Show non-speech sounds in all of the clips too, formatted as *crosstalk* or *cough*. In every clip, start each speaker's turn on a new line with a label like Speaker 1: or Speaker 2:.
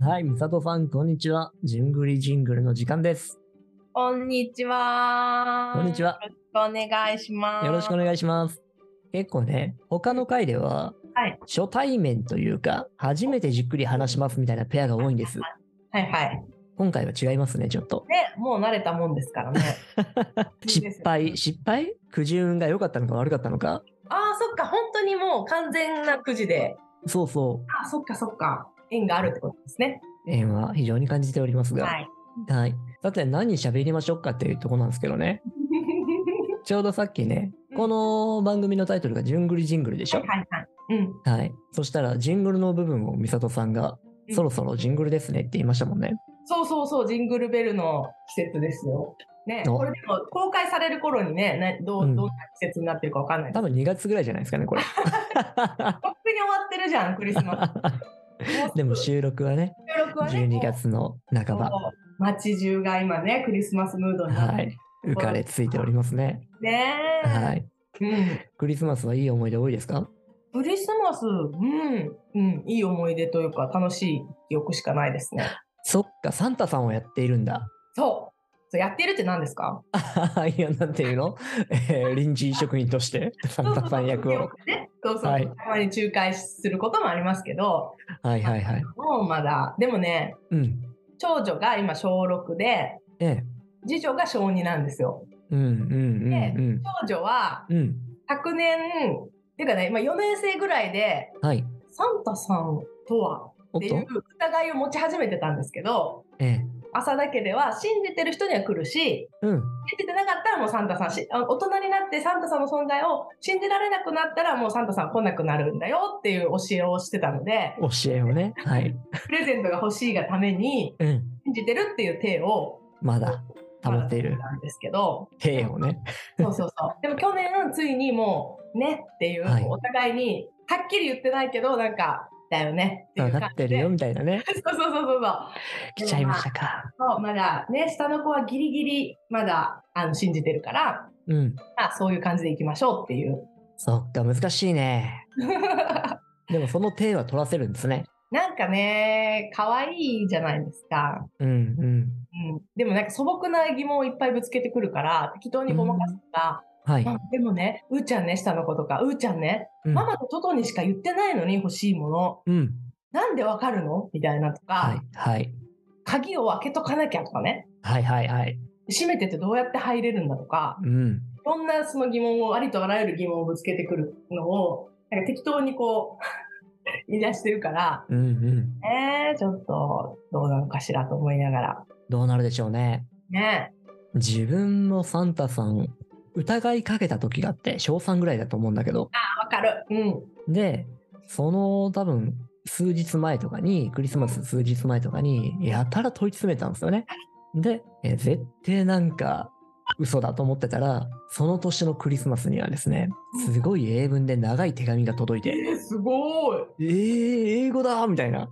Speaker 1: はい、みさとさん、こんにちは。ジングリジングルの時間です。
Speaker 2: こんにちは。
Speaker 1: こんにちは。
Speaker 2: よろしくお願いします。
Speaker 1: よろしくお願いします。結構ね、他の回では、
Speaker 2: はい
Speaker 1: 初対面というか、初めてじっくり話しますみたいなペアが多いんです。
Speaker 2: はいはい。
Speaker 1: 今回は違いますね、ちょっと。
Speaker 2: ね、もう慣れたもんですからね。
Speaker 1: *laughs* 失敗、失敗苦渋が良かったのか悪かったのか
Speaker 2: ああ、そっか。本当にもう完全なくじで。
Speaker 1: そうそ
Speaker 2: あーそっかそっか。縁があるってことですね。
Speaker 1: う、縁は非常に感じておりますが。 *laughs*
Speaker 2: はい。
Speaker 1: はい。さて、何喋りましょうかっていうところなんですけどね。ちょうどさっきね、この番組のタイトルがジングリジングルでし
Speaker 2: は
Speaker 1: ょ
Speaker 2: いはいはい。うん。
Speaker 1: はい。そしたら、ジングルの部分を美里さんが、
Speaker 2: うん
Speaker 1: そろそろジングルですねって言いましたもんね。
Speaker 2: そうそうそう。ジングルベルの季節ですよ。ね、
Speaker 1: お
Speaker 2: これでも公開される頃にね、などう
Speaker 1: うん
Speaker 2: どんな季節になってるかわかんない。
Speaker 1: 多
Speaker 2: とっ
Speaker 1: 分2月ぐらいじゃないですかね、
Speaker 2: *laughs*
Speaker 1: これ。
Speaker 2: くに終わってるじゃん、クリスマス。う
Speaker 1: でも
Speaker 2: すぐ
Speaker 1: 収録はね、
Speaker 2: 収録は
Speaker 1: *laughs*
Speaker 2: ね、
Speaker 1: 12月の半ば、
Speaker 2: そう街中が今ね、クリスマスムードになって、
Speaker 1: はい、浮かれついておりますね。
Speaker 2: ねえ、
Speaker 1: はい。
Speaker 2: うん。
Speaker 1: クリスマスはいい思い出多いですか
Speaker 2: クリスマス、うん、うん、いい思い出というか、楽しい記憶しかないですね。
Speaker 1: そっか、サンタさんをやっているんだ。 *laughs*
Speaker 2: そう。そうやってるって何ですか
Speaker 1: いや、なんていうの、 *laughs* えー臨時職員として、サンタさん役を。。
Speaker 2: そうそうそう、
Speaker 1: はい
Speaker 2: たまに仲介することもありますけど、
Speaker 1: はいはいはい。
Speaker 2: もうまだ、でもね、
Speaker 1: うん。
Speaker 2: 長女が今小6で、
Speaker 1: ええ。
Speaker 2: 次女が小2なんですよ。
Speaker 1: うんうんうん
Speaker 2: 長女は
Speaker 1: うん。うん。
Speaker 2: 昨年、っていうかね、今4年生ぐらいで、
Speaker 1: はい。
Speaker 2: サンタさんとは
Speaker 1: おっ
Speaker 2: っていう
Speaker 1: と
Speaker 2: 疑いを持ち始めてたんですけど
Speaker 1: ええ。
Speaker 2: 朝だけでは信じてる人には来るし
Speaker 1: うん。
Speaker 2: 信じてなかったらもうサンタさんしあの大人になってサンタさんの存在を信じられなくなったらもうサンタさん来なくなるんだよっていう教えをしてたの
Speaker 1: *laughs*
Speaker 2: で
Speaker 1: 教えをね。はい。
Speaker 2: プレゼントが欲しいがために
Speaker 1: うん。
Speaker 2: 信じてるっていう体を
Speaker 1: まだ保っている
Speaker 2: なんですけど
Speaker 1: 手をね。
Speaker 2: そうそうそうでも去年ついにもうねっていう、
Speaker 1: はい
Speaker 2: お互いにはっきり言ってないけどなんかだよねってい
Speaker 1: 分
Speaker 2: う
Speaker 1: か
Speaker 2: 感
Speaker 1: って
Speaker 2: じ
Speaker 1: る
Speaker 2: で
Speaker 1: よみたいなね。
Speaker 2: *laughs* そうそうそうそうそう
Speaker 1: 来ちゃいましたか。
Speaker 2: そうまだね下の子はギリギリまだあの信じてるから、
Speaker 1: うん。
Speaker 2: まあ、そういう感じでいきましょうっていう
Speaker 1: そっか、難しい
Speaker 2: *laughs*
Speaker 1: ね。でもその手は取らせるんですね。
Speaker 2: なんかね可愛いじゃないですか、
Speaker 1: うんうん。
Speaker 2: うん、でもなんか素朴な疑問をいっぱいぶつけてくるから適当にごまかすとか、
Speaker 1: はい。
Speaker 2: まあでもねうーちゃんね下の子とかうーちゃんね、
Speaker 1: うん
Speaker 2: ママとトトにしか言ってないのに欲しいもの
Speaker 1: うん。
Speaker 2: なんでわかるのみたいなとか、
Speaker 1: はいはい。
Speaker 2: 鍵を開けとかなきゃとかね
Speaker 1: はいはいはい。
Speaker 2: 閉めててどうやって入れるんだとか
Speaker 1: うん。
Speaker 2: いろんなその疑問を、ありとあらゆる疑問をぶつけてくるのを、なんか適当にこう、言 *laughs* い出してるから、
Speaker 1: うんうん。
Speaker 2: えー、ちょっと、どうなのかしらと思いながら。
Speaker 1: どうなるでしょうね。
Speaker 2: ね
Speaker 1: 自分もサンタさん疑いかけた時があって、小3ぐらいだと思うんだけど。
Speaker 2: あ、わかる。うん。
Speaker 1: で、その多分数日前とかに、クリスマス数日前とかに、やたら問い詰めたんですよね。で、えー絶対なんか嘘だと思ってたら、その年のクリスマスにはですね、すごい英文で長い手紙が届いて、
Speaker 2: えー、すごい。
Speaker 1: えー、英語だみたいな。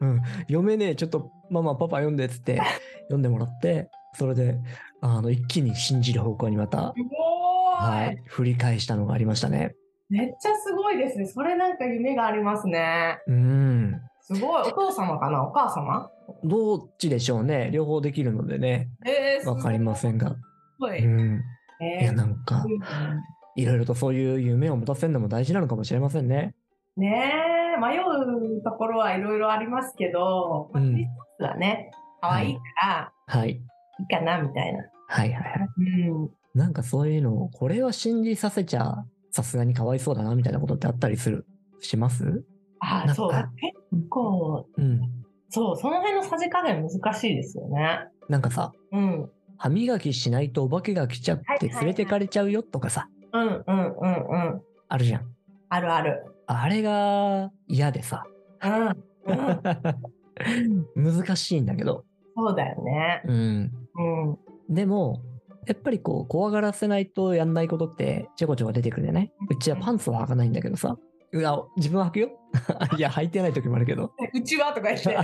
Speaker 2: うん。
Speaker 1: 読めねえ、ちょっとママパパ読んでっつって読んでもらって、それで、あの、一気に信じる方向にまた、
Speaker 2: すごーい,、
Speaker 1: はい、振り返したのがありましたね。
Speaker 2: めっちゃすごいですね。それなんか夢がありますね。
Speaker 1: うん。
Speaker 2: すごい。お父様かなお母様
Speaker 1: どっちでしょうね。両方できるのでね。
Speaker 2: えー、
Speaker 1: わかりませんが。
Speaker 2: すごい。
Speaker 1: うん。い
Speaker 2: え
Speaker 1: や、
Speaker 2: ー
Speaker 1: なんか、
Speaker 2: うん
Speaker 1: いろいろとそういう夢を持たせるのも大事なのかもしれませんね。
Speaker 2: ねえ、迷うところはいろいろありますけど、
Speaker 1: う
Speaker 2: まあ
Speaker 1: ん
Speaker 2: クリスマスはね、可愛いから、
Speaker 1: はい。
Speaker 2: いいかな、みたいな。
Speaker 1: はいはいはい。
Speaker 2: うん。
Speaker 1: なんかそういうのを、これは信じさせちゃ、さすがにかわいそうだな、みたいなことってあったりする、します
Speaker 2: あ
Speaker 1: な
Speaker 2: あ、
Speaker 1: んか
Speaker 2: そう。結構、
Speaker 1: うん。
Speaker 2: そう、その辺のさじ加減難しいですよね。
Speaker 1: なんかさ、
Speaker 2: うん。うん
Speaker 1: 歯磨きしないとお化けが来ちゃって連れてかれちゃうよとかさ、
Speaker 2: うんうんうん。
Speaker 1: あるじゃん。
Speaker 2: あるある。
Speaker 1: あれが嫌でさ、 *laughs*
Speaker 2: うん。うん、
Speaker 1: 難しいんだけど。
Speaker 2: そうだよね。
Speaker 1: うん。
Speaker 2: うん。
Speaker 1: でも、やっぱりこう、怖がらせないとやんないことって、ちょこちょこ出てくるよね。うちはパンツは履かないんだけどさ。うわ、自分は履くよ。 *laughs* いや、履いてない時もあるけど。 *laughs*
Speaker 2: うちはとか言って、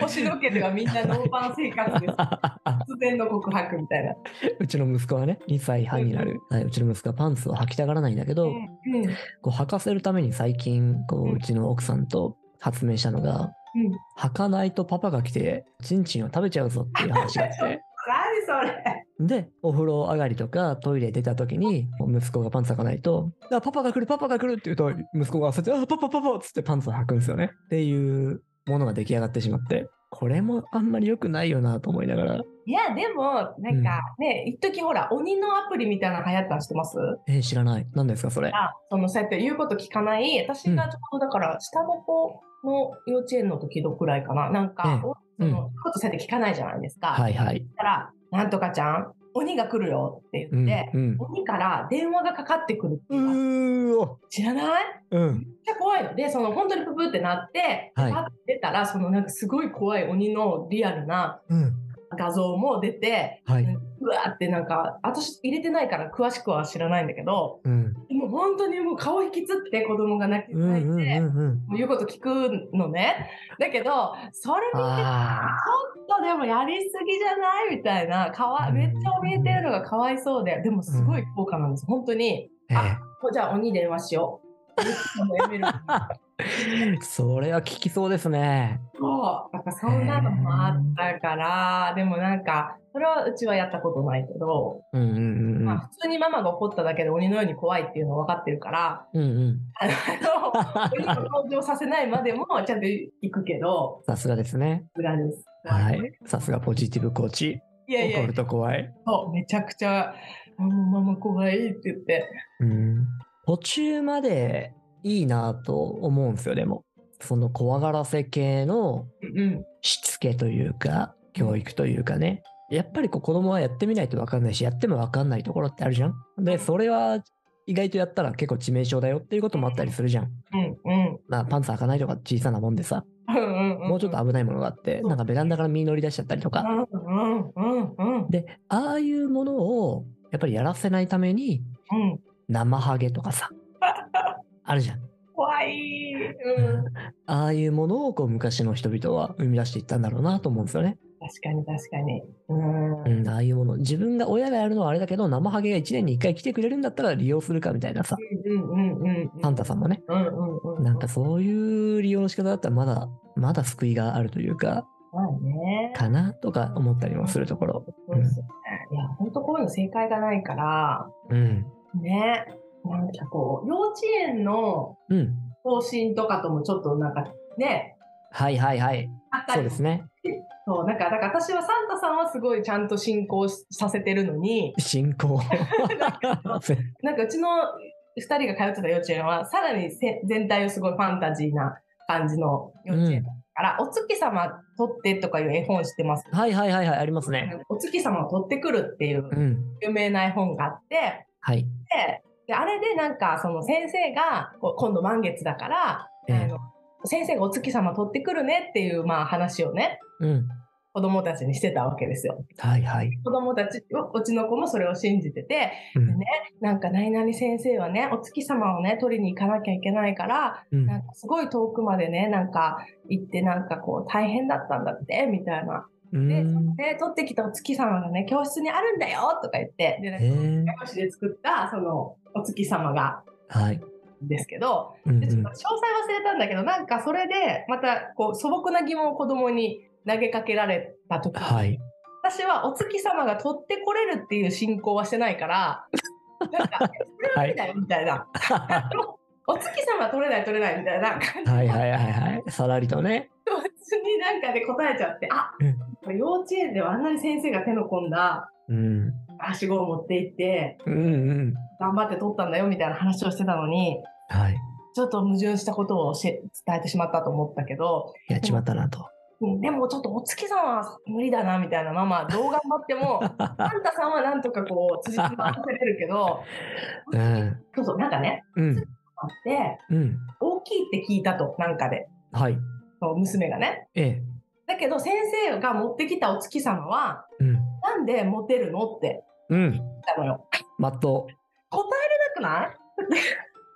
Speaker 2: 星の家ではみんなノーパン生活です。突然の告白みたいな。
Speaker 1: うちの息子はね、2歳半になる。はい、うちの息子はパンツを履きたがらないんだけ
Speaker 2: う
Speaker 1: ど、
Speaker 2: ん。うん。
Speaker 1: こう履かせるために最近、こ
Speaker 2: う
Speaker 1: う、
Speaker 2: ん
Speaker 1: うちの奥さんと発明したのが、
Speaker 2: うん
Speaker 1: 履かないとパパが来て、チンチンを食べちゃうぞっていう話があって。
Speaker 2: 何それ
Speaker 1: で、お風呂上がりとか、トイレ出た時に、息子がパンツ履かないと、あ、パパが来る、パパが来るって言うと、息子が焦って、あ、パパパパっつってパンツを履くんですよね。っていうものが出来上がってしまって、これもあんまり良くないよなと思いながら、
Speaker 2: いや、でも、なんかね、一時ほら、鬼のアプリみたいなの流行ったの知ってます
Speaker 1: えー知らない。何ですか、それ。
Speaker 2: あ、その、そうやって言うこと聞かない、私がちょうどだから、下の子の幼稚園の時どくらいかな。なんか、
Speaker 1: ええ
Speaker 2: その、
Speaker 1: う
Speaker 2: 言うことそうやって聞かないじゃないですか。
Speaker 1: はいはい
Speaker 2: そ。したら、なんとかちゃん、鬼が来るよって
Speaker 1: う
Speaker 2: 言っ
Speaker 1: ん。
Speaker 2: て、
Speaker 1: うん。
Speaker 2: 鬼から電話がかかってくるって
Speaker 1: う
Speaker 2: いうか
Speaker 1: ーお。
Speaker 2: 知らない
Speaker 1: うん。
Speaker 2: めっちゃ怖いので、その本当にププってなって、
Speaker 1: はい
Speaker 2: パッて出たら、そのなんかすごい怖い鬼のリアルな
Speaker 1: うん。
Speaker 2: 画像も出て、
Speaker 1: はい。
Speaker 2: うわーってなんか、私入れてないから詳しくは知らないんだけど、
Speaker 1: うん。
Speaker 2: もう本当にもう顔引きつって子供が泣き
Speaker 1: う
Speaker 2: 泣い
Speaker 1: ん
Speaker 2: て、
Speaker 1: うんうんうん。
Speaker 2: もう言うこと聞くのね。だけど、それ見て、
Speaker 1: あ
Speaker 2: ちょっとでもやりすぎじゃないみたいな、かわ、めっちゃ怯えてるのがかわいそうで、でもすごい効果なんです、本当に。
Speaker 1: あ。
Speaker 2: こうじゃあ鬼電話しよう。もうやめる。
Speaker 1: *laughs* ええ。それは効きそうですね。
Speaker 2: そう、なんかそんなのもあったから、でもなんか、それはうちはやったことないけど、
Speaker 1: うんうんうんう
Speaker 2: まあ
Speaker 1: ん。
Speaker 2: 普通にママが怒っただけで鬼のように怖いっていうのは分かってる
Speaker 1: *laughs*
Speaker 2: から、
Speaker 1: うんうん。
Speaker 2: あの、鬼を登場させないまでもちゃんと行くけど、
Speaker 1: さすがですね。
Speaker 2: 裏です。
Speaker 1: はい。さすがポジティブコーチ。
Speaker 2: いやいや
Speaker 1: 怒る、と怖い。
Speaker 2: そうめちゃくちゃ、もうママ怖いって言って。
Speaker 1: うん。途中までいいなと思うんですよ、でも。その怖がらせ系の
Speaker 2: うん。
Speaker 1: しつけというか、教育というかね。やっぱりこう子供はやってみないと分かんないし、やっても分かんないところってあるじゃん。で、それは意外とやったら結構致命傷だよっていうこともあったりするじゃん。
Speaker 2: うん。うん。
Speaker 1: まあ、パンツ開かないとか小さなもんでさ、
Speaker 2: うんうんうん。
Speaker 1: もうちょっと危ないものがあって、なんかベランダから身乗り出しちゃったりとか
Speaker 2: う、んうんうんうん。
Speaker 1: で、ああいうものを、やっぱりやらせないために、
Speaker 2: うん。
Speaker 1: 生ハゲとかさ、あるじゃん。
Speaker 2: 怖い。うん。
Speaker 1: ああいうものをこう昔の人々は生み出していったんだろうなと思うんですよね。
Speaker 2: 確かに確かに。うん。
Speaker 1: うん、ああいうもの。自分が親がやるのはあれだけど、生ハゲが1年に1回来てくれるんだったら利用するかみたいなさ、
Speaker 2: うんうんうんうん。
Speaker 1: サンタさんもね。
Speaker 2: うんうんうん。
Speaker 1: なんかそういう利用の仕方だったらまだ、まだ救いがあるというか、
Speaker 2: まあね。
Speaker 1: かなとか思ったりもするところ。
Speaker 2: そうですね。いや、本当こういうの正解がないから、
Speaker 1: うん。
Speaker 2: ね。なんかこう、幼稚園の
Speaker 1: うん。
Speaker 2: 方針とかともちょっとなんかね、
Speaker 1: はいはいはい。
Speaker 2: あった
Speaker 1: そう
Speaker 2: り
Speaker 1: ですね。
Speaker 2: そう、なんか、だから私はサンタさんはすごいちゃんと進行しさせてるのに、
Speaker 1: 進行。
Speaker 2: なんかうちの2人が通ってた幼稚園は、さらにせ全体をすごいファンタジーな感じの幼稚園だから、お月様取ってとかいう絵本知ってます
Speaker 1: *laughs* はいはいはいはい、ありますね。
Speaker 2: お月様を取ってくるっていう
Speaker 1: うん。
Speaker 2: 有名な絵本があって、
Speaker 1: はい。
Speaker 2: でであれでなんかその先生がこう今度満月だから、
Speaker 1: ええ
Speaker 2: あの先生がお月様取ってくるねっていうまあ話をね
Speaker 1: うん。
Speaker 2: 子供たちにしてたわけですよ。
Speaker 1: はいはい。
Speaker 2: 子供たち、ううちの子もそれを信じてて、
Speaker 1: うん
Speaker 2: なんか何々先生はね、お月様をね、取りに行かなきゃいけないから、
Speaker 1: うん
Speaker 2: なんかすごい遠くまでね、なんか行ってなんかこう大変だったんだって、みたいな。
Speaker 1: う
Speaker 2: で、
Speaker 1: ん。
Speaker 2: で取ってきたお月様がね、教室にあるんだよとか言って、で、なん
Speaker 1: へ
Speaker 2: か
Speaker 1: え。
Speaker 2: 画用紙で作ったそのお月様が
Speaker 1: はい。
Speaker 2: ですけど、
Speaker 1: うん
Speaker 2: でちょっと
Speaker 1: う
Speaker 2: 詳細忘れたんだけど、なんかそれでまたこう素朴な疑問を子供に投げかけられた時
Speaker 1: ん。はい。
Speaker 2: 私はお月様が取ってこれるっていう信仰はしてないから、なんか、そ
Speaker 1: *laughs*
Speaker 2: れは無理だよみたいな。
Speaker 1: は
Speaker 2: お月様取れない取れないみたいな感
Speaker 1: い
Speaker 2: じ
Speaker 1: はいはいはい。さらりとね。
Speaker 2: と別になんかで答えちゃって、あ、幼稚園ではあんなに先生が手の込んだ
Speaker 1: うん。
Speaker 2: はしごを持って行って、
Speaker 1: うんうん。
Speaker 2: 頑張って取ったんだよみたいな話をしてたのに、
Speaker 1: はい。
Speaker 2: ちょっと矛盾したことを教え伝えてしまったと思ったけど、
Speaker 1: やっちまったな
Speaker 2: *laughs*
Speaker 1: と。
Speaker 2: うんでもちょっとお月さんは無理だなみたいなママ、どう頑張っても、サンタさんはなんとかこう、辻褄合わせれるけど、
Speaker 1: うん。
Speaker 2: そうそう、なんかね、
Speaker 1: うん。
Speaker 2: あって、
Speaker 1: うん。
Speaker 2: 大きいって聞いたと、なんかで、
Speaker 1: はい。
Speaker 2: そう娘がね。
Speaker 1: ええ。
Speaker 2: だけど先生が持ってきたお月様は、
Speaker 1: うん。
Speaker 2: なんでモテるのって
Speaker 1: うん。
Speaker 2: 言ったのよ。
Speaker 1: まっとう。
Speaker 2: 答えれなくない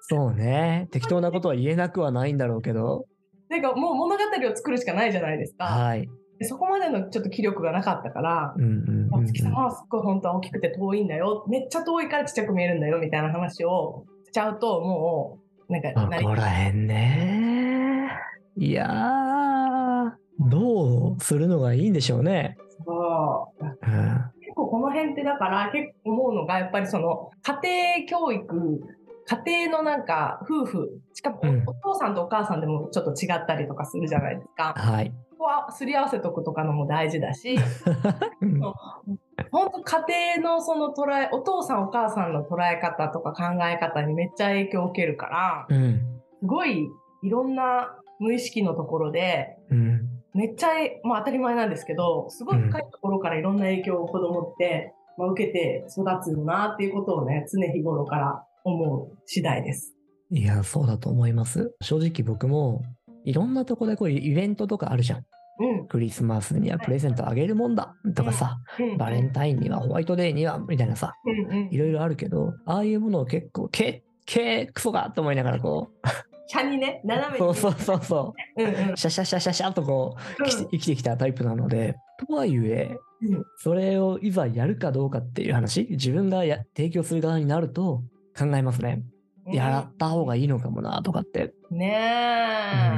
Speaker 1: そうね。適当なことは言えなくはないんだろうけど。
Speaker 2: なんかもう物語を作るしかないじゃないですか。
Speaker 1: はい。
Speaker 2: でそこまでのちょっと気力がなかったから、
Speaker 1: うんうんうんう
Speaker 2: お
Speaker 1: ん。
Speaker 2: 月様はすっごい本当は大きくて遠いんだよ。めっちゃ遠いからちっちゃく見えるんだよ、みたいな話をしちゃうと、もう、なんか、
Speaker 1: ここらへんね。いやー。どうするのがいいんでしょうね。
Speaker 2: そう
Speaker 1: うん
Speaker 2: 結構この辺ってだから結構思うのがやっぱりその家庭教育家庭のなんか夫婦しかもお,、
Speaker 1: うん
Speaker 2: 父さんとお母さんでもちょっと違ったりとかするじゃないですか
Speaker 1: はい。
Speaker 2: ここはすり合わせとくとかのも大事だし
Speaker 1: うん
Speaker 2: 本当家庭のその捉えお父さんお母さんの捉え方とか考え方にめっちゃ影響を受けるから
Speaker 1: うん。
Speaker 2: すごいいろんな無意識のところで
Speaker 1: うん。
Speaker 2: めっちゃ、まあ、当たり前なんですけどすごい深いところからいろんな影響を子供って、まあ、受けて育つよなっていうことをね常日頃から思う次第です。
Speaker 1: いや、そうだと思います。正直僕も、いろんなとこでこういうイベントとかあるじゃん。
Speaker 2: うん
Speaker 1: クリスマスにはプレゼントあげるもんだとかさ、
Speaker 2: うん、
Speaker 1: バレンタインにはホワイトデーにはみたいなさ、
Speaker 2: うんうん
Speaker 1: いろいろあるけど、ああいうものを結構、け、け、クソがと思いながらこ
Speaker 2: 茶にね
Speaker 1: う、
Speaker 2: 斜めに
Speaker 1: そ
Speaker 2: ね
Speaker 1: うそうそうそ
Speaker 2: うんうん
Speaker 1: う、シャシャシャシャシャっとこう、き生きてきたタイプなので、とはいえ、
Speaker 2: うん
Speaker 1: それをいざやるかどうかっていう話、自分がや提供する側になると考えますね。
Speaker 2: うん
Speaker 1: *laughs* やった方がいいのかもなとかって、
Speaker 2: ね
Speaker 1: う
Speaker 2: え、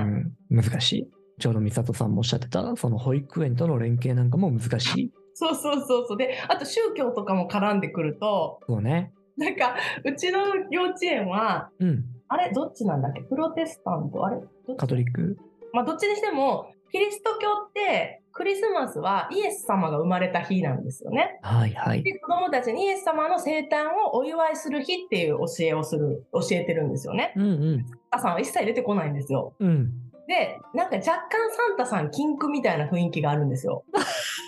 Speaker 1: ん、難しい。ちょうど美里さんもおっしゃってた、その保育園との連携なんかも難しい。
Speaker 2: そうそうそうそうであと宗教とかも絡んでくると
Speaker 1: そうね。
Speaker 2: なんかうちの幼稚園は
Speaker 1: うん。
Speaker 2: あれどっちなんだっけプロテスタントあれどっち
Speaker 1: カトリック。
Speaker 2: まあ、どっちにしても、キリスト教って、クリスマスはイエス様が生まれた日なんですよね。
Speaker 1: はいはい。
Speaker 2: で、子供たちにイエス様の生誕をお祝いする日っていう教えをする、教えてるんですよね。
Speaker 1: うんうん。
Speaker 2: サンタさんは一切出てこないんですよ。
Speaker 1: うん。 *laughs*
Speaker 2: で、なんか若干サンタさん禁句みたいな雰囲気があるんですよ。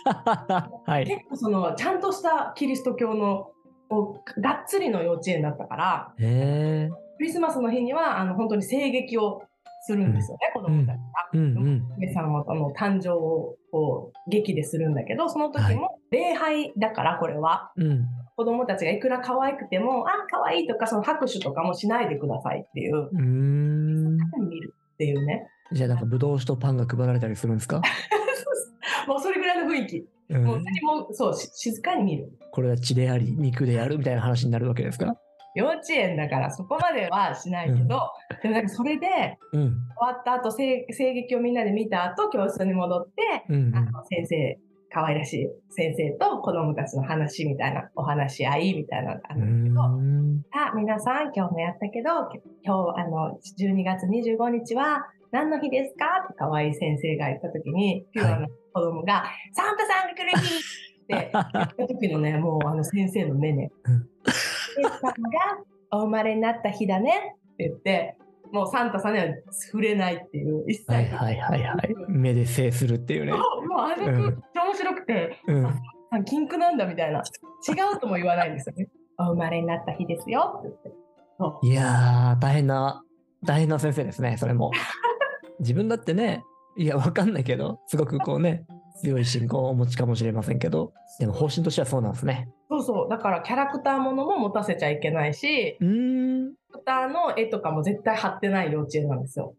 Speaker 1: はい。
Speaker 2: 結構その、ちゃんとしたキリスト教の、こうがっつりの幼稚園だったから、
Speaker 1: へえ。
Speaker 2: クリスマスの日には、あの、本当に聖劇をするんですよね、子供たちが。
Speaker 1: うんうん。
Speaker 2: 皆さんはあの誕生をこう劇でするんだけどその
Speaker 1: は
Speaker 2: 時
Speaker 1: い
Speaker 2: も礼拝だからこれは
Speaker 1: うん。
Speaker 2: 子供たちがいくら可愛くても「あ可愛いとかその拍手とかもしないでくださいっていう
Speaker 1: うーん。
Speaker 2: 見るっていうね
Speaker 1: じゃあなんかブドウ酒とパンが配られたりするんですか、
Speaker 2: もうそれぐらいの雰囲気
Speaker 1: う、
Speaker 2: もうん何もそうし静かに見る
Speaker 1: これは血であり肉であるみたいな話になるわけですか
Speaker 2: 幼稚園だからそこまではしないけど、でもなんかそれで終
Speaker 1: うん。
Speaker 2: わった後聖聖劇をみんなで見た後教室に戻って、
Speaker 1: うん、うん
Speaker 2: あの先生可愛らしい先生と子供たちの話みたいなお話し合いみたいなのがあ
Speaker 1: うー
Speaker 2: るんですけど、
Speaker 1: ん。
Speaker 2: さあ、皆さん、今日もやったけど、今日、あの、12月25日は何の日ですかと可愛い先生が言った時に、ピュアな子供が、サンタさんが来る日って言った時のね、もうあの先生の目ね、
Speaker 1: うん
Speaker 2: 先生がお生まれになった日だねって言って、もうサンタさんには触れないっていう、一切。
Speaker 1: *laughs* はいはいはい
Speaker 2: *laughs*
Speaker 1: はい。目で制するっていうね。
Speaker 2: もうあれ、
Speaker 1: うん
Speaker 2: めっちゃ面白くて、
Speaker 1: うん。
Speaker 2: あ禁句なんだみたいな。違うとも言わないんですよね。 *laughs* お生まれになった日ですよって言って。そう
Speaker 1: いやー、大変な、大変な先生ですね、それも。自分だってね、いや、わかんないけど、すごくこうね、強い信仰をお持ちかもしれませんけど、でも方針としてはそうなんですね。
Speaker 2: そうそう。だからキャラクターものも持たせちゃいけないし、
Speaker 1: うーん。
Speaker 2: キャラクターの絵とかも絶対貼ってない幼稚園なんですよ。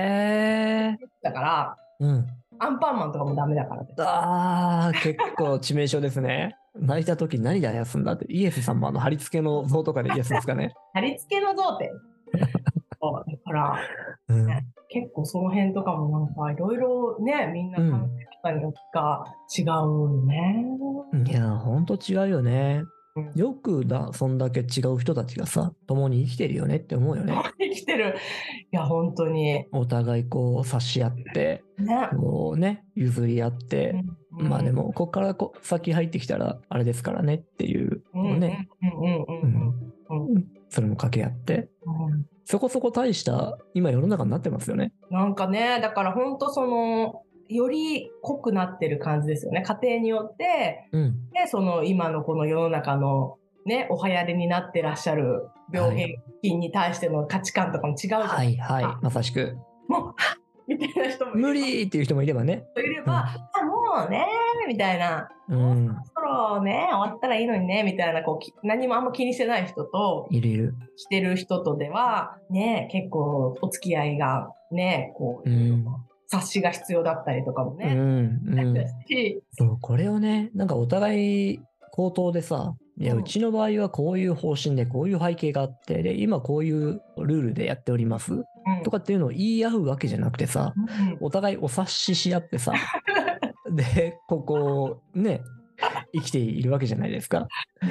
Speaker 1: ええ
Speaker 2: だから、
Speaker 1: うん。
Speaker 2: アンパンマンとかもダメだからね。
Speaker 1: ああ、結構致命傷ですね。泣いた時何でやすんだって、イエス様の貼り付けの像とかで癒すんですかね。
Speaker 2: 貼り付けの像
Speaker 1: *laughs*
Speaker 2: って。そうだから、
Speaker 1: うん。
Speaker 2: 結構その辺とかもなんかいろいろね、みんな
Speaker 1: う
Speaker 2: 考
Speaker 1: ん
Speaker 2: え方が違うよね。
Speaker 1: いやー、ほんと違うよね
Speaker 2: うん。
Speaker 1: よくだ、そんだけ違う人たちがさ、共に生きてるよねって思うよね。
Speaker 2: 生きてる。いや、本当に。
Speaker 1: お互いこう、差し合って、
Speaker 2: ね。
Speaker 1: こうね、譲り合って、
Speaker 2: うん
Speaker 1: まあで、も、こっからこ先入ってきたら、あれですからねっていう、
Speaker 2: う
Speaker 1: こ
Speaker 2: ん
Speaker 1: うね、。
Speaker 2: うんうんうんうんうん。
Speaker 1: それも掛け合って、
Speaker 2: うん
Speaker 1: そこそこ大した、今世の中になってますよね。
Speaker 2: なんかね、だから本当その、より濃くなってる感じですよね。家庭によって、
Speaker 1: うん。
Speaker 2: で、その今のこの世の中のね、お流行りになってらっしゃる病原菌に対しての価値観とかも違うじゃん。
Speaker 1: はいはい、まさしく。
Speaker 2: もう、はっみたいな人もいれば
Speaker 1: 無理っていう人もいればね。
Speaker 2: いれば、あ、もうね、みたいな、
Speaker 1: うん、
Speaker 2: そろね、終わったらいいのにね、みたいな、こうき、何もあんま気にしてない人と、
Speaker 1: いるいる。
Speaker 2: してる人とでは、ね、結構お付き合いがね、こう、
Speaker 1: うん
Speaker 2: 察しが必要だったりとか
Speaker 1: う
Speaker 2: も
Speaker 1: ん
Speaker 2: ね、
Speaker 1: うん。
Speaker 2: し
Speaker 1: そう、これをね、なんかお互い口頭でさ、いや、
Speaker 2: うん
Speaker 1: うちの場合はこういう方針でこういう背景があって、で、今こういうルールでやっております
Speaker 2: うん
Speaker 1: とかっていうのを言い合うわけじゃなくてさ、
Speaker 2: うん
Speaker 1: お互いお察しし合ってさ、で、ここ、ね、生きているわけじゃないですか。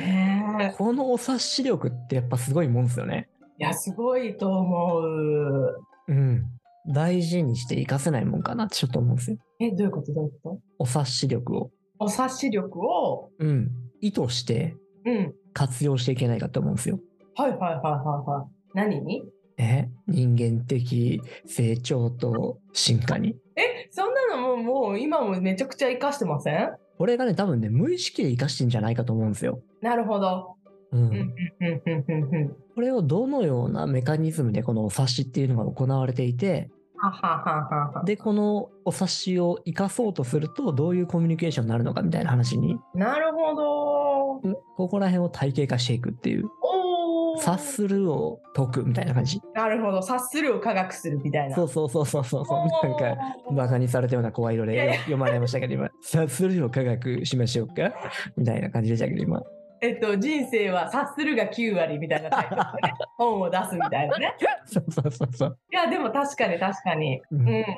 Speaker 2: ね
Speaker 1: このお察し力ってやっぱすごいもんですよね。
Speaker 2: えいや、すごいと思う。
Speaker 1: うん。大事にして生かせないもんかなってちょっと思うんですよ。
Speaker 2: え、どういうことどういうこ
Speaker 1: お察し力を。
Speaker 2: とお察し力を、
Speaker 1: うん。意図して
Speaker 2: うん。
Speaker 1: 活用していけないかと思うんですよ。
Speaker 2: はいはいはいはいはい。何に
Speaker 1: ね。人間的成長と進化に。
Speaker 2: え、そんなのもうもう今もめちゃくちゃ活かしてません
Speaker 1: これがね、多分ね、無意識で生かしてんじゃないかと思うんですよ。
Speaker 2: なるほど。
Speaker 1: う
Speaker 2: うんん。うんうんうんうん。
Speaker 1: これをどのようなメカニズムでこのお察しっていうのが行われていて、
Speaker 2: ははははは。
Speaker 1: で、このお察しを生かそうとすると、どういうコミュニケーションになるのかみたいな話に、
Speaker 2: なるほど。
Speaker 1: うんここら辺を体系化していくっていう、
Speaker 2: おお。
Speaker 1: 察するを解くみたいな感じ。
Speaker 2: なるほど。察するを科学するみたいな。
Speaker 1: そううそうそうそうそうそう。なんか、
Speaker 2: な
Speaker 1: バカにされたような声色
Speaker 2: いやい
Speaker 1: で
Speaker 2: や
Speaker 1: 読まれましたけど、今、察するを科学しましょうかみたいな感じでしたけど、今。
Speaker 2: えっと、人生は察するが9割みたいなタイトルで *laughs* ね本を出すみたいなね。
Speaker 1: そうそうそうそう。
Speaker 2: いや、でも確かに確かに。
Speaker 1: う
Speaker 2: うん
Speaker 1: ん
Speaker 2: うん。た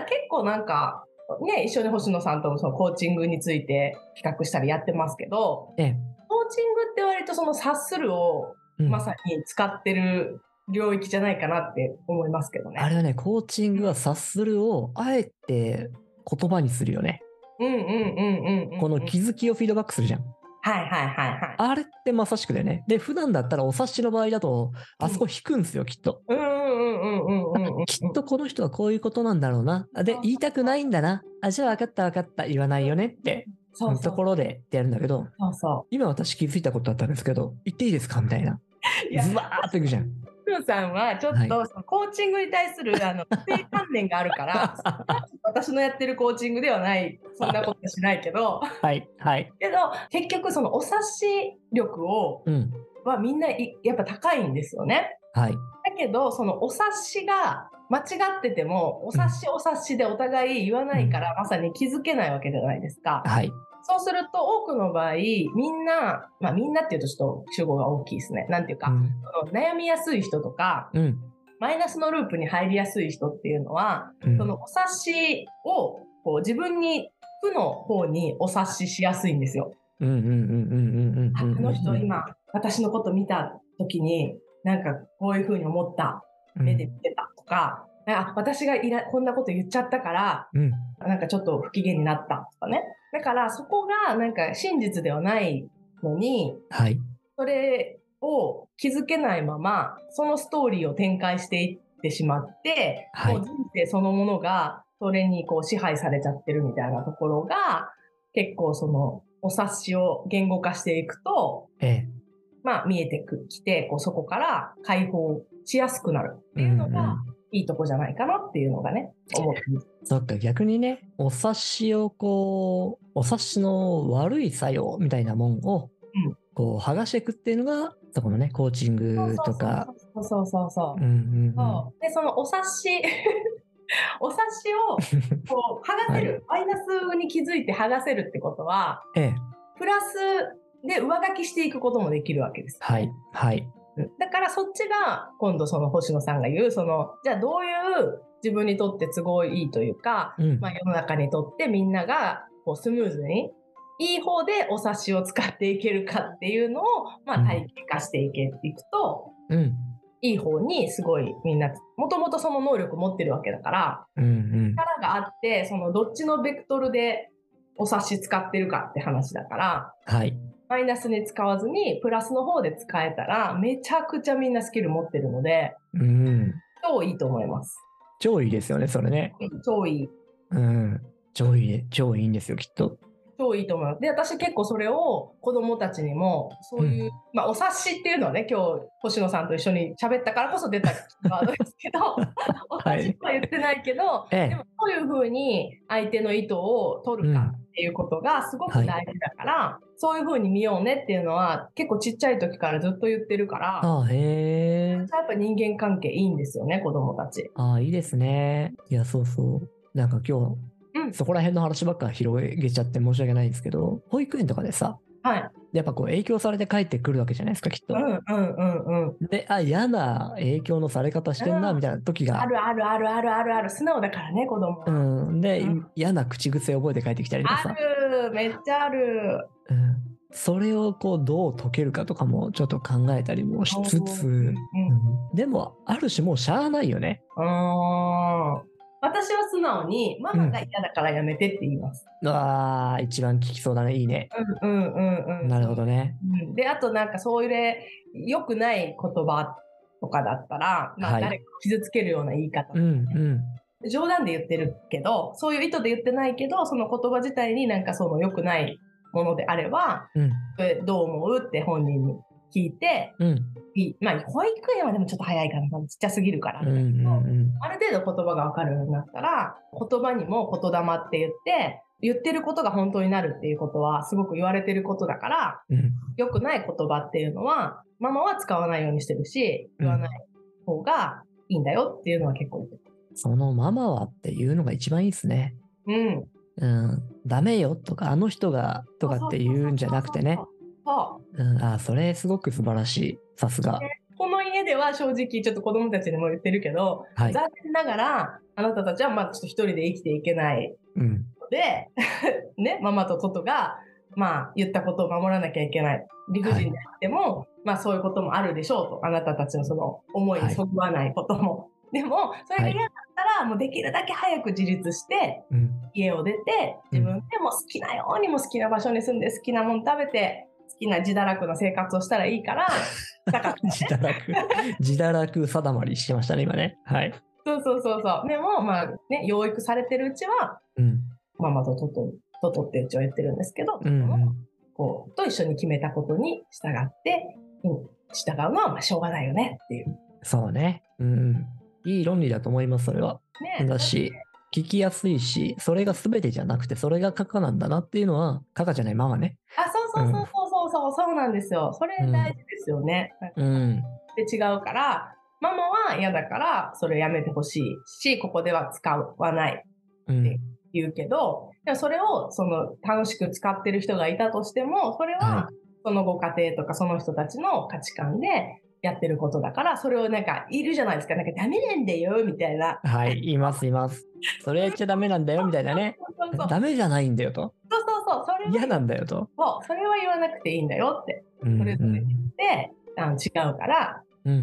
Speaker 2: だ結構なんか、ね、一緒に星野さんともそのコーチングについて企画したりやってますけど、
Speaker 1: ええ
Speaker 2: コーチングって割とその察するを
Speaker 1: うん
Speaker 2: まさに使ってる領域じゃないかなって思いますけどね。
Speaker 1: あれはね、コーチングは察するをあえて言葉にするよね。
Speaker 2: うんうんうんうんうんうん。
Speaker 1: この気づきをフィードバックするじゃん。
Speaker 2: はいはいはいはい。
Speaker 1: あれってまさしくだよね。で、普段だったらお察しの場合だと、あそこ引くんですよ、きっと。
Speaker 2: うんうんうんうんうんうんうん。
Speaker 1: きっとこの人はこういうことなんだろうな。あで、言いたくないんだな。あ、じゃあ分かった分かった。言わないよねって、
Speaker 2: そうそう
Speaker 1: ところでってやるんだけど、
Speaker 2: そうそ
Speaker 1: 今私気づいたことあったんですけど、言っていいですかみたいな。
Speaker 2: う。いや、
Speaker 1: ズバーっといくじゃん。
Speaker 2: ふうさんはちょっとそのコーチングに対す
Speaker 1: *laughs*
Speaker 2: るあの固定観念があるから、私のやってるコーチングではない、そんなことはしないけど、
Speaker 1: はい、はい。
Speaker 2: けど結局そのお察し力を
Speaker 1: うん。
Speaker 2: はみんないやっぱ高いんですよね。
Speaker 1: はい。
Speaker 2: だけどそのお察しが間違っててもお察しお察しでお互い言わないから、まさに気づけないわけじゃないですか。
Speaker 1: はい。
Speaker 2: そうすると多くの場合みんなまあみんなっていうとちょっと集合が大きいですね。なんていう
Speaker 1: う
Speaker 2: か、
Speaker 1: ん。
Speaker 2: その悩みやすい人とか
Speaker 1: うん。
Speaker 2: マイナスのループに入りやすい人っていうのは、
Speaker 1: うん
Speaker 2: そのお察しをこう自分に負の方にお察ししやすいんですよ。
Speaker 1: うんうんうんうんうん
Speaker 2: ああ
Speaker 1: うんうん。
Speaker 2: の人今私のこと見た時になんかこういう風に思った目で見てたとか、なんかあ私がいらこんなこと言っちゃったから、
Speaker 1: うん。
Speaker 2: なんかちょっと不機嫌になったとかね。だからそこがなんか真実ではないのに、
Speaker 1: はい。
Speaker 2: それを気づけないまま、そのストーリーを展開していってしまって、
Speaker 1: はい
Speaker 2: もう人生そのものがそれにこう支配されちゃってるみたいなところが、結構そのお察しを言語化していくと、
Speaker 1: ええ。
Speaker 2: まあ見えてくきて、こうそこから解放しやすくなるっていうのが、
Speaker 1: んん
Speaker 2: いいとこじゃないかなっていうのがね、思ってます。
Speaker 1: そっか、逆にね、お察しをこう、お察しの悪い作用みたいなもんを
Speaker 2: うん、
Speaker 1: こう、剥がしていくっていうのが、そこのね、コーチングとか、。
Speaker 2: そうそうそうそうう。
Speaker 1: んうんうん
Speaker 2: そうで、そのお察し、 *laughs* お察しをこう剥がせる、マイナスに気づいて剥がせるってことは、
Speaker 1: ええ、
Speaker 2: プラスで上書きしていくこともできるわけです。
Speaker 1: はい、はい。
Speaker 2: だからそっちが今度その星野さんが言う、その、じゃあどういう自分にとって都合いいというか、
Speaker 1: うん
Speaker 2: まあ、世の中にとってみんながこうスムーズにいい方でお察しを使っていけるかっていうのを、ま
Speaker 1: うん
Speaker 2: あ、体系化していけていくと、
Speaker 1: うん。
Speaker 2: いい方にすごいみんなもともとその能力持ってるわけだから
Speaker 1: うんうん。
Speaker 2: 力があってそのどっちのベクトルでお察し使ってるかって話だから
Speaker 1: はい。
Speaker 2: マイナスに使わずにプラスの方で使えたらめちゃくちゃみんなスキル持ってるので
Speaker 1: うん。
Speaker 2: 超いいと思います。
Speaker 1: 超いいですよね、それね。
Speaker 2: 超いい
Speaker 1: うん。超いい、超いいんですよ、きっと。
Speaker 2: 超いいと思います。で、私結構それを子供たちにも、そういう、まあ、お察しっていうのはね、今日、星野さんと一緒に喋ったからこそ出たワードですけど、 *laughs* お察しとは言ってないけど、
Speaker 1: え
Speaker 2: で
Speaker 1: え
Speaker 2: も、どういうふうに相手の意図を取るかっていうことがすごく大事だから、そういうふうに見ようねっていうのは、結構ちっちゃい時からずっと言ってるから、
Speaker 1: ああ、へえ。
Speaker 2: やっぱ人間関係いいんですよね、子供たち。
Speaker 1: ああ、いいですね。いや、そうそう。なんか今
Speaker 2: うん
Speaker 1: 日、そこら辺の話ばっか広げちゃって申し訳ないんですけど、保育園とかでさ、
Speaker 2: はい。
Speaker 1: やっぱこう影響されて帰ってくるわけじゃないですか、きっと
Speaker 2: う。んうんうんうん。
Speaker 1: で、あ、嫌な影響のされ方してんな、
Speaker 2: うん
Speaker 1: みたいな時
Speaker 2: あ
Speaker 1: が。
Speaker 2: るあるあるあるあるある。素直だからね、子供は。
Speaker 1: うん。で、
Speaker 2: うん
Speaker 1: 嫌な口癖覚えて帰ってきたりとか
Speaker 2: あ
Speaker 1: さ。
Speaker 2: るめっちゃある。
Speaker 1: うん。それをこう、どう解けるかとかもちょっと考えたりもしつつ。
Speaker 2: う
Speaker 1: うん
Speaker 2: うん
Speaker 1: でも、ある種もうしゃあないよね。
Speaker 2: うーん私は素直にママが嫌だからやめてって言います。
Speaker 1: ああ、一番効きそうだね。いいね。
Speaker 2: うん、うん、うんうん。
Speaker 1: なるほどね。
Speaker 2: うん。であとなんかそういう良くない言葉とかだったら、ま
Speaker 1: は
Speaker 2: あ、
Speaker 1: い
Speaker 2: 誰かを傷つけるような言い方、
Speaker 1: うんうん。
Speaker 2: 冗談で言ってるけどそういう意図で言ってないけどその言葉自体になんかその良くないものであれば
Speaker 1: うん
Speaker 2: それどう思うって本人に聞いて
Speaker 1: うん
Speaker 2: いいまあ保育園はでもちょっと早いかなちっちゃすぎるから、
Speaker 1: うんうん
Speaker 2: ある程度言葉がわかるようになったら、言葉にも言霊って言って、言ってることが本当になるっていうことはすごく言われてることだから、
Speaker 1: うん
Speaker 2: 良くない言葉っていうのは、ママは使わないようにしてるし、言わない方がいいんだよっていうのは結構言ってる。
Speaker 1: そのママはっていうのが一番いいですね。
Speaker 2: うん。
Speaker 1: うん。ダメよとか、あの人がとかって言うんじゃなくてね。
Speaker 2: そう。
Speaker 1: うん、あー、それすごく素晴らしい。さすが。
Speaker 2: この家では正直ちょっと子供たちにも言ってるけど、
Speaker 1: はい。
Speaker 2: 残念ながら、あなたたちはまあちょっと一人で生きていけない
Speaker 1: うん。
Speaker 2: で、 *laughs* ね、ママとトトが、まあ、言ったことを守らなきゃいけない。理不尽であっても、まあ、そういうこともあるでしょうと。あなたたちのその思いにそぐわないことも。 *laughs* でも、それが嫌だったら、もうできるだけ早く自立して、
Speaker 1: うん。
Speaker 2: 家を出て、自分でも好きなようにも好きな場所に住んで、好きなもの食べて、好きな自堕落な生活をしたらいいから、だから、
Speaker 1: *laughs* 自堕落、
Speaker 2: *laughs*
Speaker 1: 自堕落定まりしてましたね、今ね。はい。
Speaker 2: そうそうそうそう。でも、まあ、ね、養育されてるうちは、
Speaker 1: うん。
Speaker 2: ママとトト、トトってうちは言ってるんですけど、
Speaker 1: うん、うん。
Speaker 2: こう、と一緒に決めたことに従って、うん従うのはまあしょうがないよねっていう。
Speaker 1: そうね。うん。いい論理だと思います、それは。
Speaker 2: ね
Speaker 1: だし、聞きやすいし、それが全てじゃなくて、それがカカなんだなっていうのは、カカじゃないママね。
Speaker 2: あ、そうそうそうそうそうそう、そうなんですよ。それ大事ですよね。
Speaker 1: うん。
Speaker 2: で違うから、ママは嫌だから、それやめてほしいし、ここでは使わない
Speaker 1: うん。
Speaker 2: 言うけど、でもそれを、その、楽しく使ってる人がいたとしても、それ
Speaker 1: は
Speaker 2: は、そのご家庭とかその人たちの価値観でやってることだから、それをなんか、いるじゃないですか、なんかダメなんだよ、みたいな。
Speaker 1: はい、います、います。それやっちゃダメなんだよ、みたいなね。
Speaker 2: *laughs* そうそうそう。
Speaker 1: ダメじゃないんだよと。
Speaker 2: そうそうそう、それは
Speaker 1: 嫌なんだよと。
Speaker 2: そう、それは言わなくていいんだよって。
Speaker 1: うん
Speaker 2: それぞれ
Speaker 1: うん
Speaker 2: で、あの違うから、
Speaker 1: うん。
Speaker 2: う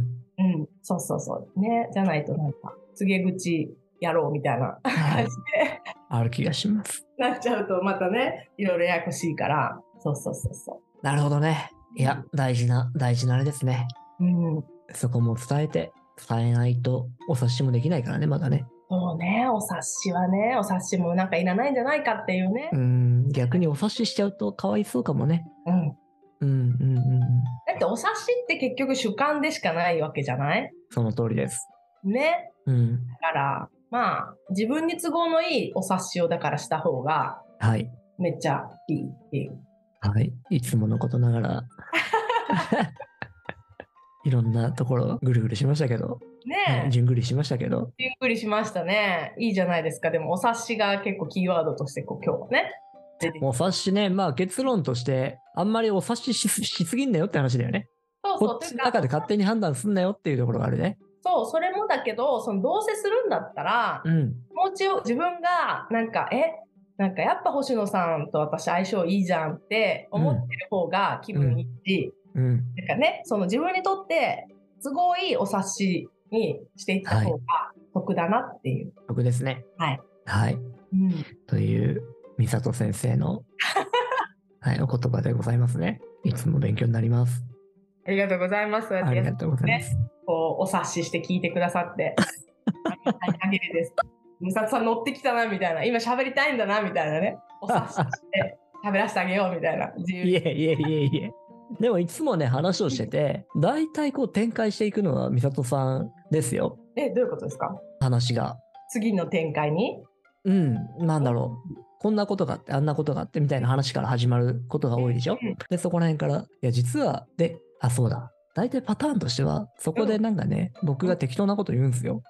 Speaker 2: ん、そうそうそう。ね、じゃないとなんか、告げ口やろうみたいな
Speaker 1: は
Speaker 2: 感
Speaker 1: い
Speaker 2: じ、で、
Speaker 1: ある気がします。
Speaker 2: *laughs* なっちゃうとまたね、いろいろややこしいから、そうそうそうそ
Speaker 1: なるほどね。いや、大事な、大事なあれですね。
Speaker 2: う。うん。
Speaker 1: そこも伝えて、伝えないとお察しもできないからね、まだね。
Speaker 2: そうね、お察しはね、お察しもなんかいらないんじゃないかっていうね
Speaker 1: う。ん、逆にお察ししちゃうとかわいそうかもね。
Speaker 2: うん。
Speaker 1: うん、うん、うん。
Speaker 2: だってお察しって結局主観でしかないわけじゃない
Speaker 1: その通りです。
Speaker 2: ね。
Speaker 1: うん。
Speaker 2: だから、まあ、自分に都合のいいお察しをだからした方が、
Speaker 1: はい。
Speaker 2: めっちゃいいっていう。
Speaker 1: はい。いつものことながら。 *laughs* いろんなところぐるぐるしましたけど、
Speaker 2: ねえ。
Speaker 1: じゅんぐりしましたけど、
Speaker 2: びっくりしましたね。いいじゃないですか。でも、お察しが結構キーワードとして、こう、今日はね。出てきて
Speaker 1: お察しね、まあ結論として、あんまりお察ししすしすぎんなよって話だよね。
Speaker 2: そうそ
Speaker 1: こ
Speaker 2: う。
Speaker 1: っち
Speaker 2: という
Speaker 1: の
Speaker 2: か
Speaker 1: 中で勝手に判断すんなよっていうところがあるね。
Speaker 2: そう、それもだけど、その、どうせするんだったら、
Speaker 1: うん。
Speaker 2: 気持ちを、自分が、なんか、え、なんかやっぱ星野さんと私相性いいじゃんって思ってる方が気分いいし、
Speaker 1: うん。
Speaker 2: なんかね、その自分にとって都合いいお察しにしていった方が得だなっていう。
Speaker 1: 僕ですね。
Speaker 2: はい。
Speaker 1: はい。
Speaker 2: うん
Speaker 1: という、美里先生
Speaker 2: *laughs*
Speaker 1: の、はい、お言葉でございますね。いつも勉強になります。
Speaker 2: ありがとうございます。
Speaker 1: ありがとうございます。
Speaker 2: こうお察しして聞いてくださって、ありがたい限りです。ムサトさん乗ってきたなみたいな、今喋りたいんだなみたいなね、お察しして喋らせてあげようみたいな、自由
Speaker 1: い
Speaker 2: に。
Speaker 1: えいえいえいえ。でもいつもね、話をしてて、大体こう展開していくのは美里さんですよ。
Speaker 2: え、どういうことですか
Speaker 1: 話が。
Speaker 2: 次の展開に
Speaker 1: うん、なんだろう。こんなことがあって、あんなことがあって、みたいな話から始まることが多いでしょ
Speaker 2: うん
Speaker 1: で、そこら辺から、いや、実は、で、あ、そうだ。大体パターンとしては、そこでなんかね、僕が適当なこと言うんですよ。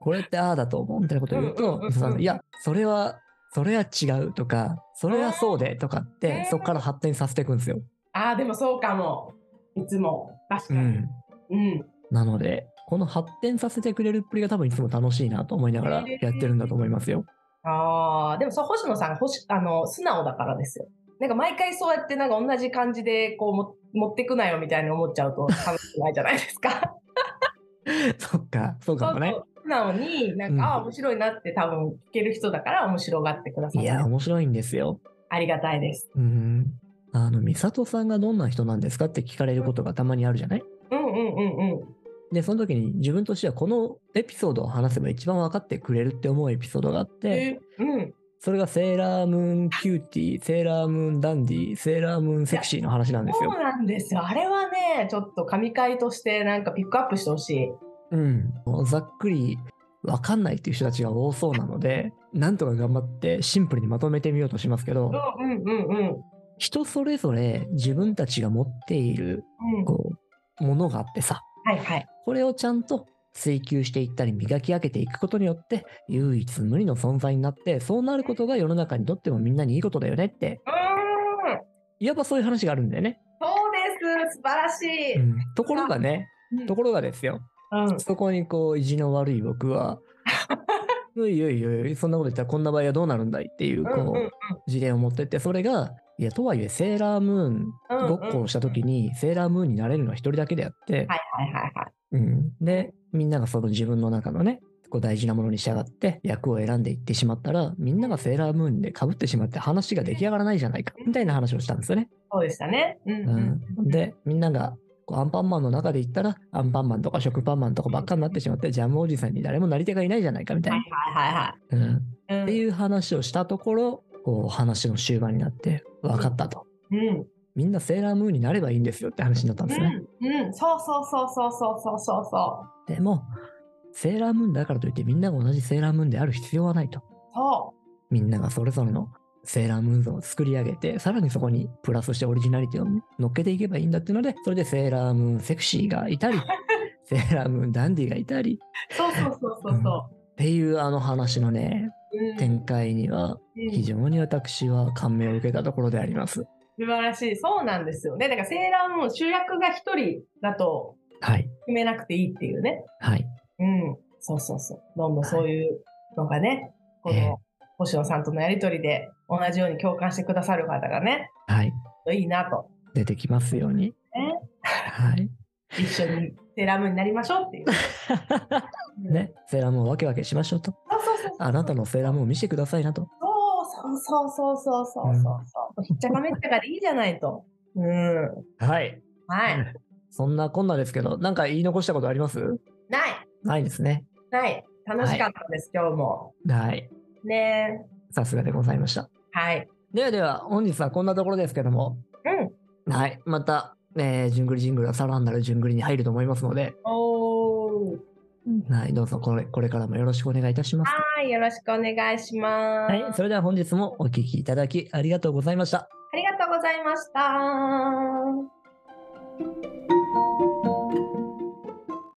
Speaker 1: これってああだと思うみたいなことを言う
Speaker 2: うんうんうん
Speaker 1: と
Speaker 2: う
Speaker 1: 伊
Speaker 2: ん、
Speaker 1: 佐さんがいや、それはそれは違うとか、それはそうでとかっ
Speaker 2: ね
Speaker 1: て、そこから発展させていくんですよ。
Speaker 2: ああ、でもそうかも。いつも。確か
Speaker 1: う
Speaker 2: に。
Speaker 1: ん。
Speaker 2: うん。
Speaker 1: なので、この発展させてくれるっぷりが多分いつも楽しいなと思いながらやってるんだと思いますよ。
Speaker 2: ああ、でもそう、星野さんが星あの素直だからですよ。なんか毎回そうやってなんか同じ感じでこうも持ってくなよみたいに思っちゃうと楽しくないじゃないですか。
Speaker 1: そっか、そうかもね
Speaker 2: そう。そう素直になんか、
Speaker 1: うん
Speaker 2: ああ、面白いなって多分聞ける人だから面白がってくださ
Speaker 1: い
Speaker 2: る。
Speaker 1: や、面白いんですよ。
Speaker 2: ありがたいです。
Speaker 1: うん。あの、美里さんがどんな人なんですかって聞かれることがたまにあるじゃない
Speaker 2: うんうんうんうん。
Speaker 1: で、その時に自分としてはこのエピソードを話せば一番分かってくれるって思うエピソードがあって、
Speaker 2: えうん。
Speaker 1: それがセーラームーンキューティー、セーラームーンダンディー、セーラームーンセクシーの話なんです
Speaker 2: そう
Speaker 1: よ。
Speaker 2: なんですよ。あれはね、ちょっと神回としてなんかピックアップしてほしい。
Speaker 1: うん。ざっくり分かんないっていう人たちが多そうなので、なんとか頑張ってシンプルにまとめてみようとしますけど、
Speaker 2: うんうんうんうん。
Speaker 1: 人それぞれ自分たちが持っている、
Speaker 2: うん、
Speaker 1: こう、ものがあってさ、
Speaker 2: はいはい。
Speaker 1: これをちゃんと追求していったり磨き上げていくことによって唯一無二の存在になってそうなることが世の中にとってもみんなにいいことだよねって
Speaker 2: うーん。
Speaker 1: いわばそういう話があるんだよね。
Speaker 2: そうです。素晴らしい。
Speaker 1: うんところがね
Speaker 2: うん
Speaker 1: ところがですよ
Speaker 2: うん、
Speaker 1: そこにこう意地の悪い僕は「おいおいおいそんなこと言ったらこんな場合はどうなるんだい」っていう
Speaker 2: うんうんうん
Speaker 1: こう事例を持ってってそれがいやとはいえセーラームーンごっこをした時にセーラームーンになれるのは一人だけであって
Speaker 2: はいはいはいはい。
Speaker 1: うん、でみんながその自分の中のねこう大事なものに従って役を選んでいってしまったらみんながセーラームーンでかぶってしまって話が出来上がらないじゃないかみたいな話をしたんですよね。
Speaker 2: そうでしたね。うんう。
Speaker 1: うんん、でみんながこうアンパンマンの中で言ったらアンパンマンとか食パンマンとかばっかになってしまってジャムおじさんに誰もなり手がいないじゃないかみたい
Speaker 2: はい
Speaker 1: な、
Speaker 2: はいは
Speaker 1: うん、
Speaker 2: いはい。
Speaker 1: っていう話をしたところこう話の終盤になって分かったと。
Speaker 2: うん。うん。
Speaker 1: みんなセーラームーンになればいいんですよって話になったんですね。
Speaker 2: うん。うん。そうそうそうそうそうそうそうそ
Speaker 1: でも、セーラームーンだからといってみんなが同じセーラームーンである必要はないと。
Speaker 2: う。そ
Speaker 1: みんながそれぞれのセーラームーン像を作り上げて、さらにそこにプラスしてオリジナリティを乗っけていけばいいんだっていうので、それでセーラームーンセクシーがいた *laughs* り、セーラームーンダンディがいたり
Speaker 2: う。そうそうそうそうそ
Speaker 1: っていうあの話のね、
Speaker 2: う。うん。うん
Speaker 1: 展開には非常に私は感銘を受けたところであります。
Speaker 2: 素晴らしい。そうなんですよね。だからセーラームーン主役が一人だと
Speaker 1: はい。
Speaker 2: 決めなくていいっていうね。
Speaker 1: はい。
Speaker 2: うん。そうそうそう。どんどんそういうのがね、こ
Speaker 1: ええ
Speaker 2: の星野さんとのやりとりで同じように共感してくださる方がね、
Speaker 1: はい。
Speaker 2: いいなと。
Speaker 1: 出てきますように。はい。
Speaker 2: 一緒にセーラームーンになりましょう
Speaker 1: *laughs*
Speaker 2: っていう。うん
Speaker 1: ね、セーラームーンをワケワケしましょうと。
Speaker 2: そうそうそうそう。
Speaker 1: あなたのセーラームーンを見せてくださいなと。
Speaker 2: そうそうそうそうそうそうそうそう。ひっちゃかめっちゃかでいいじゃないと。うん。
Speaker 1: はい。
Speaker 2: はい。
Speaker 1: そんなこんなですけど、なんか言い残したことあります
Speaker 2: ない。
Speaker 1: ないですね。
Speaker 2: ない。楽しかったです、今日も。
Speaker 1: はい。
Speaker 2: ね
Speaker 1: さすがでございました。
Speaker 2: え。はい。
Speaker 1: ではでは、本日はこんなところですけども、
Speaker 2: うん。
Speaker 1: はい。また、えー、ジュングリジングルはさらなるジュングリに入ると思いますので、
Speaker 2: おー。
Speaker 1: はい。どうぞこれ、これからもよろしくお願いいたします。
Speaker 2: はい。よろしくお願いします。
Speaker 1: はい。それでは本日もお聞きいただきありがとうございました。
Speaker 2: ありがとうございました。